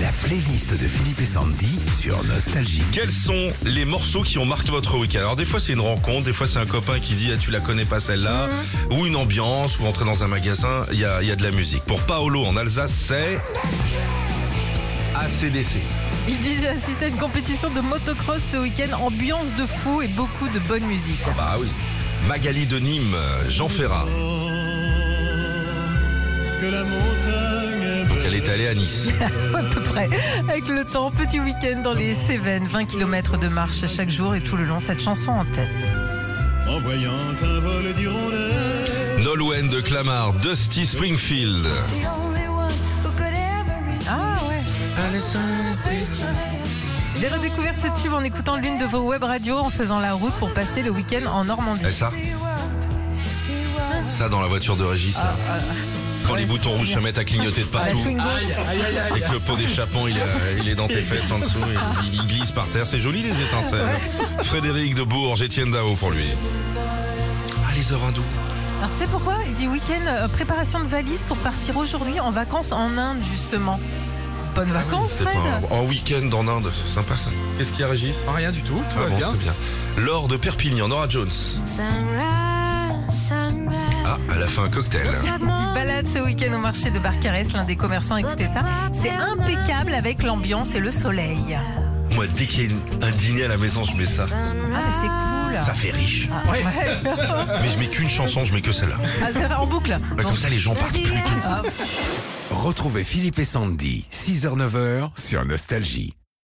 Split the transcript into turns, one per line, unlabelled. La playlist de Philippe et Sandy sur Nostalgie.
Quels sont les morceaux qui ont marqué votre week-end Alors des fois c'est une rencontre, des fois c'est un copain qui dit ah, tu la connais pas celle-là, ou une ambiance, ou entrer dans un magasin, il y a, il y a de la musique. Pour Paolo en Alsace c'est ACDC.
Il dit j'ai assisté à une compétition de motocross ce week-end, ambiance de fou et beaucoup de bonne musique.
Bah oui. Magali de Nîmes, Jean Ferrat. Donc elle est allée à Nice.
À peu près. Avec le temps, petit week-end dans les Cévennes, 20 km de marche chaque jour et tout le long cette chanson en tête.
en voyant un vol d'hirondelles.
Nolwenn de Clamart, Dusty Springfield.
Ah ouais. J'ai redécouvert ce tube en écoutant l'une de vos web radios en faisant la route pour passer le week-end en Normandie.
Et Eh, ça Ça dans la voiture de Régis. là. Quand les boutons rouges se mettent à clignoter de
La
partout.
chewing-gum.
Et que le pot d'échappement, il, est- euh, il est dans tes fesses en dessous, et il, il glisse par terre. C'est joli les étincelles. Frédéric de Bourges, Étienne Dao pour lui. Ah, les heures hindous.
Alors tu sais pourquoi Il dit week-end, euh, préparation de valise pour partir aujourd'hui en vacances en Inde justement. Bonnes
Ah
vacances
C'est
Fred
pas un- En week-end en Inde, c'est sympa ça. Qu'est-ce qu'il y a, Régis
Ah, Rien du tout, tout
Ah
va
bon,
bien.
c'est bien. Laure de Perpignan, Nora Jones.
Sunrise, sunrise.
Ah, elle a fait un cocktail.
Il balade ce week-end au marché de Barcarès, l'un des commerçants, écoutez ça. C'est impeccable avec l'ambiance et le soleil.
Moi, dès qu'il y a une- un dîner à la maison, je mets ça.
Ah mais c'est cool.
Ça fait riche.
Ah, ouais.
Ah.
Mais je mets qu'une chanson, je mets que celle-là.
Ah, ça va en boucle.
Bah, comme ça, les gens partent plus du tout.
Ah,
Retrouvez Philippe et Sandy, 6h-9h sur Nostalgie.